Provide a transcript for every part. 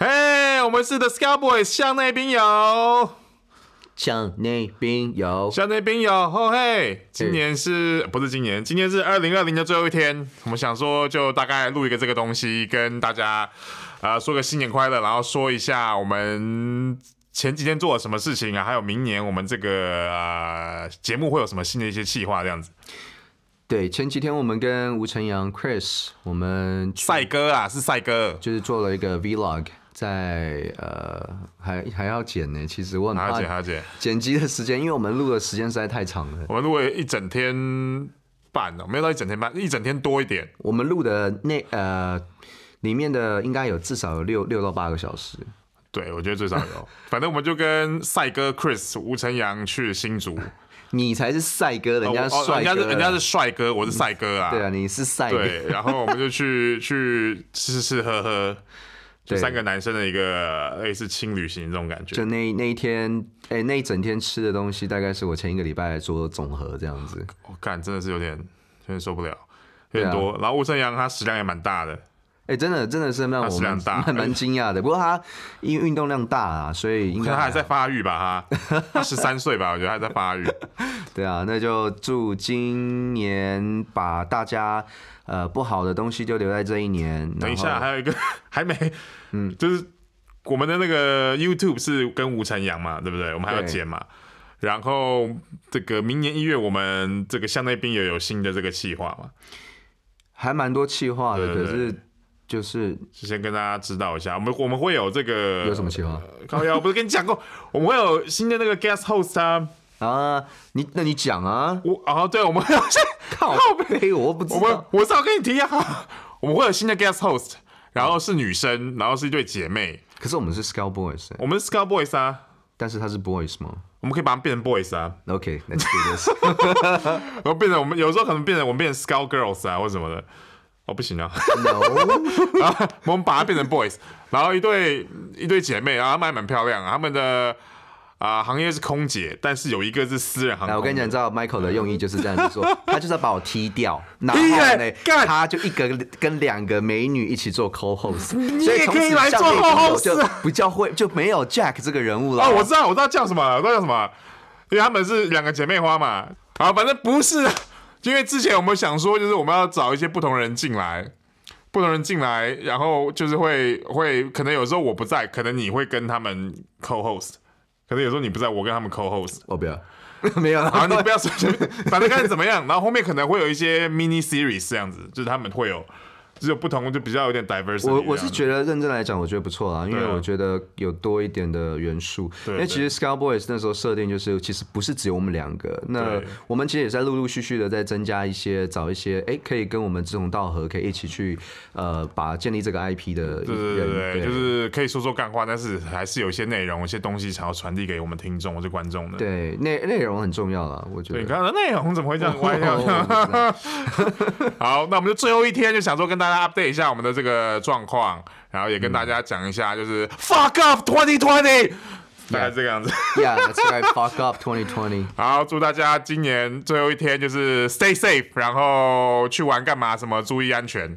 耶！我们是 The Scout Boys 向内兵友，向内冰友，向内兵友，哦嘿！今年是不是今年？今天是二零二零的最后一天，我们想说就大概录一个这个东西，跟大家呃说个新年快乐，然后说一下我们。前几天做了什么事情啊？还有明年我们这个呃节目会有什么新的一些计划？这样子，对，前几天我们跟吴晨阳、Chris，我们去赛哥啊，是赛哥，就是做了一个 Vlog，在呃还还要剪呢。其实我很还要怕姐，还要姐，剪辑的时间，因为我们录的时间实在太长了。我们录了一整天半哦了，没有到一整天半，一整天多一点。我们录的那呃里面的应该有至少有六六到八个小时。对，我觉得最少有， 反正我们就跟赛哥 Chris 吴晨阳去新竹，你才是帅哥， 人家哦哦帅人哥、啊家是人家是帅哥，我是赛哥啊，对啊，你是帅哥。对，然后我们就去去吃吃喝喝，就对三个男生的一个类似轻旅行这种感觉就。那那一天，哎、那一整天吃的东西，大概是我前一个礼拜做的总和这样子。我哦干、真的是有点有点受不了，有对点啊多。然后吴晨阳他食量也蛮大的，哎、真的真的是让他我食量蛮大 蛮蛮惊讶的。不过他因为运动量大啊，所以应可该能他还在发育吧，他他十三岁吧，我觉得他还在发育。对啊，那就祝今年把大家呃不好的东西就留在这一年。等一然下后还有一个 还没，嗯，就是我们的那个 YouTube 是跟吴晨阳嘛，对不对？我们还要对剪嘛。然后这个明年一月，我们这个向那边也有新的这个计划嘛，还蛮多气话的，对对可对是就是就先跟大家知道一下，我们我们会有这个有什么气话呃靠腰，我不是跟你讲过， 我们会有新的那个 guest host 啊，啊，你那你 讲啊，我啊，对，我们会有新 靠背我不知我们道。我是要跟你提啊，我们会有新的 guest host，然后是女生，然后是一对姐妹，可是我们是 Scout Boys，、欸、我们是 Scout Boys 啊，但是他是 Boys 吗我们可以把它们变成 Boys 啊， ？OK，let's、do this 。然后变成我们有时候可能变成我们变成 Scout Girls 啊或什么的，哦不行啊， No，然后我们把它变成 Boys，然后一对一对姐妹，然后她们还蛮漂亮啊，她们的啊、行业是空姐，但是有一个是私人航空来，的，我跟你讲，你知道 Michael 的用意就是这样子 做，他就是要把我踢掉，然踢后嘞呢，干他就一个跟两个美女一起做 co-host，也所以从可以此来像做那个 co-host 啊就不叫会就没有 Jack 这个人物了。哦，我知道，我知道叫什么了，我知道叫什么了，因为他们是两个姐妹花嘛。好，反正不是， 因为之前我们想说，就是我们要找一些不同人进来，不同人进来，然后就是会会，可能有时候我不在，可能你会跟他们 co host，可能有时候你不在，我跟他们 co host。我不要， 没有好，了。你不要说，反正看怎么样。然后后面可能会有一些 mini series 这样子，就是他们会有，就是有不同，就比较有点 diversity 这样我子。我是觉得认真来讲，我觉得不错啦，因为对啊我觉得有多一点的元素。对因为其实 Scout Boys 那时候设定就是，其实不是只有我们两个，那对我们其实也在陆陆续续的在增加一些，找一些哎、诶可以跟我们志同道合，可以一起去呃把建立这个 IP 的人。呃对对对对，就是可以说说干话，但是还是有一些内容、有些东西想要传递给我们听众或者观众的。对内内容很重要啦，我觉对，你得。刚刚的内容怎么会这 样歪掉？ 哦好，那我们就最后一天就想说跟大家 update 一下我们的这个状况，然后也跟大家讲一下，就是 fuck off 2020，大概是这个样子。 Yeah, that's right. Fuck up 2020. 好，祝大家今年最后一天就是 stay safe，然后去玩干嘛什么注意安全。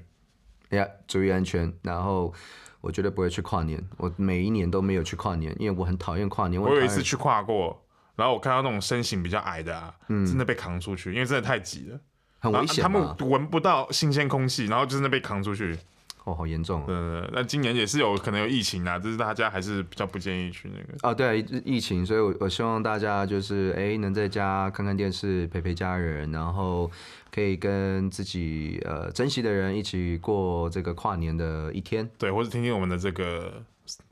Yeah，注意安全。然后我绝对不会去跨年，我每一年都没有去跨年，因为我很讨厌跨年。我我很有一讨次厌去跨过，然后我看到那种身形比较矮的啊，真的被扛出去，因为真的太挤了。很然危后险啊他嘛们，闻不到新鲜空气，然后就是那被扛出去。哦，好严重哦。嗯，那今年也是有可能有疫情啊，就是大家还是比较不建议去那个。啊，对啊，疫疫情，所以我我希望大家就是哎，能在家看看电视，陪陪家人，然后可以跟自己呃珍惜的人一起过这个跨年的一天。对，或者听听我们的这个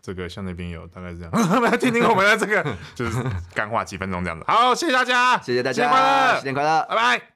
这个像那边有大概是这样， 来听听我们的这个就是干话几分钟这样子。好，谢谢大家，谢谢大新家，年快乐新，年快乐！拜拜。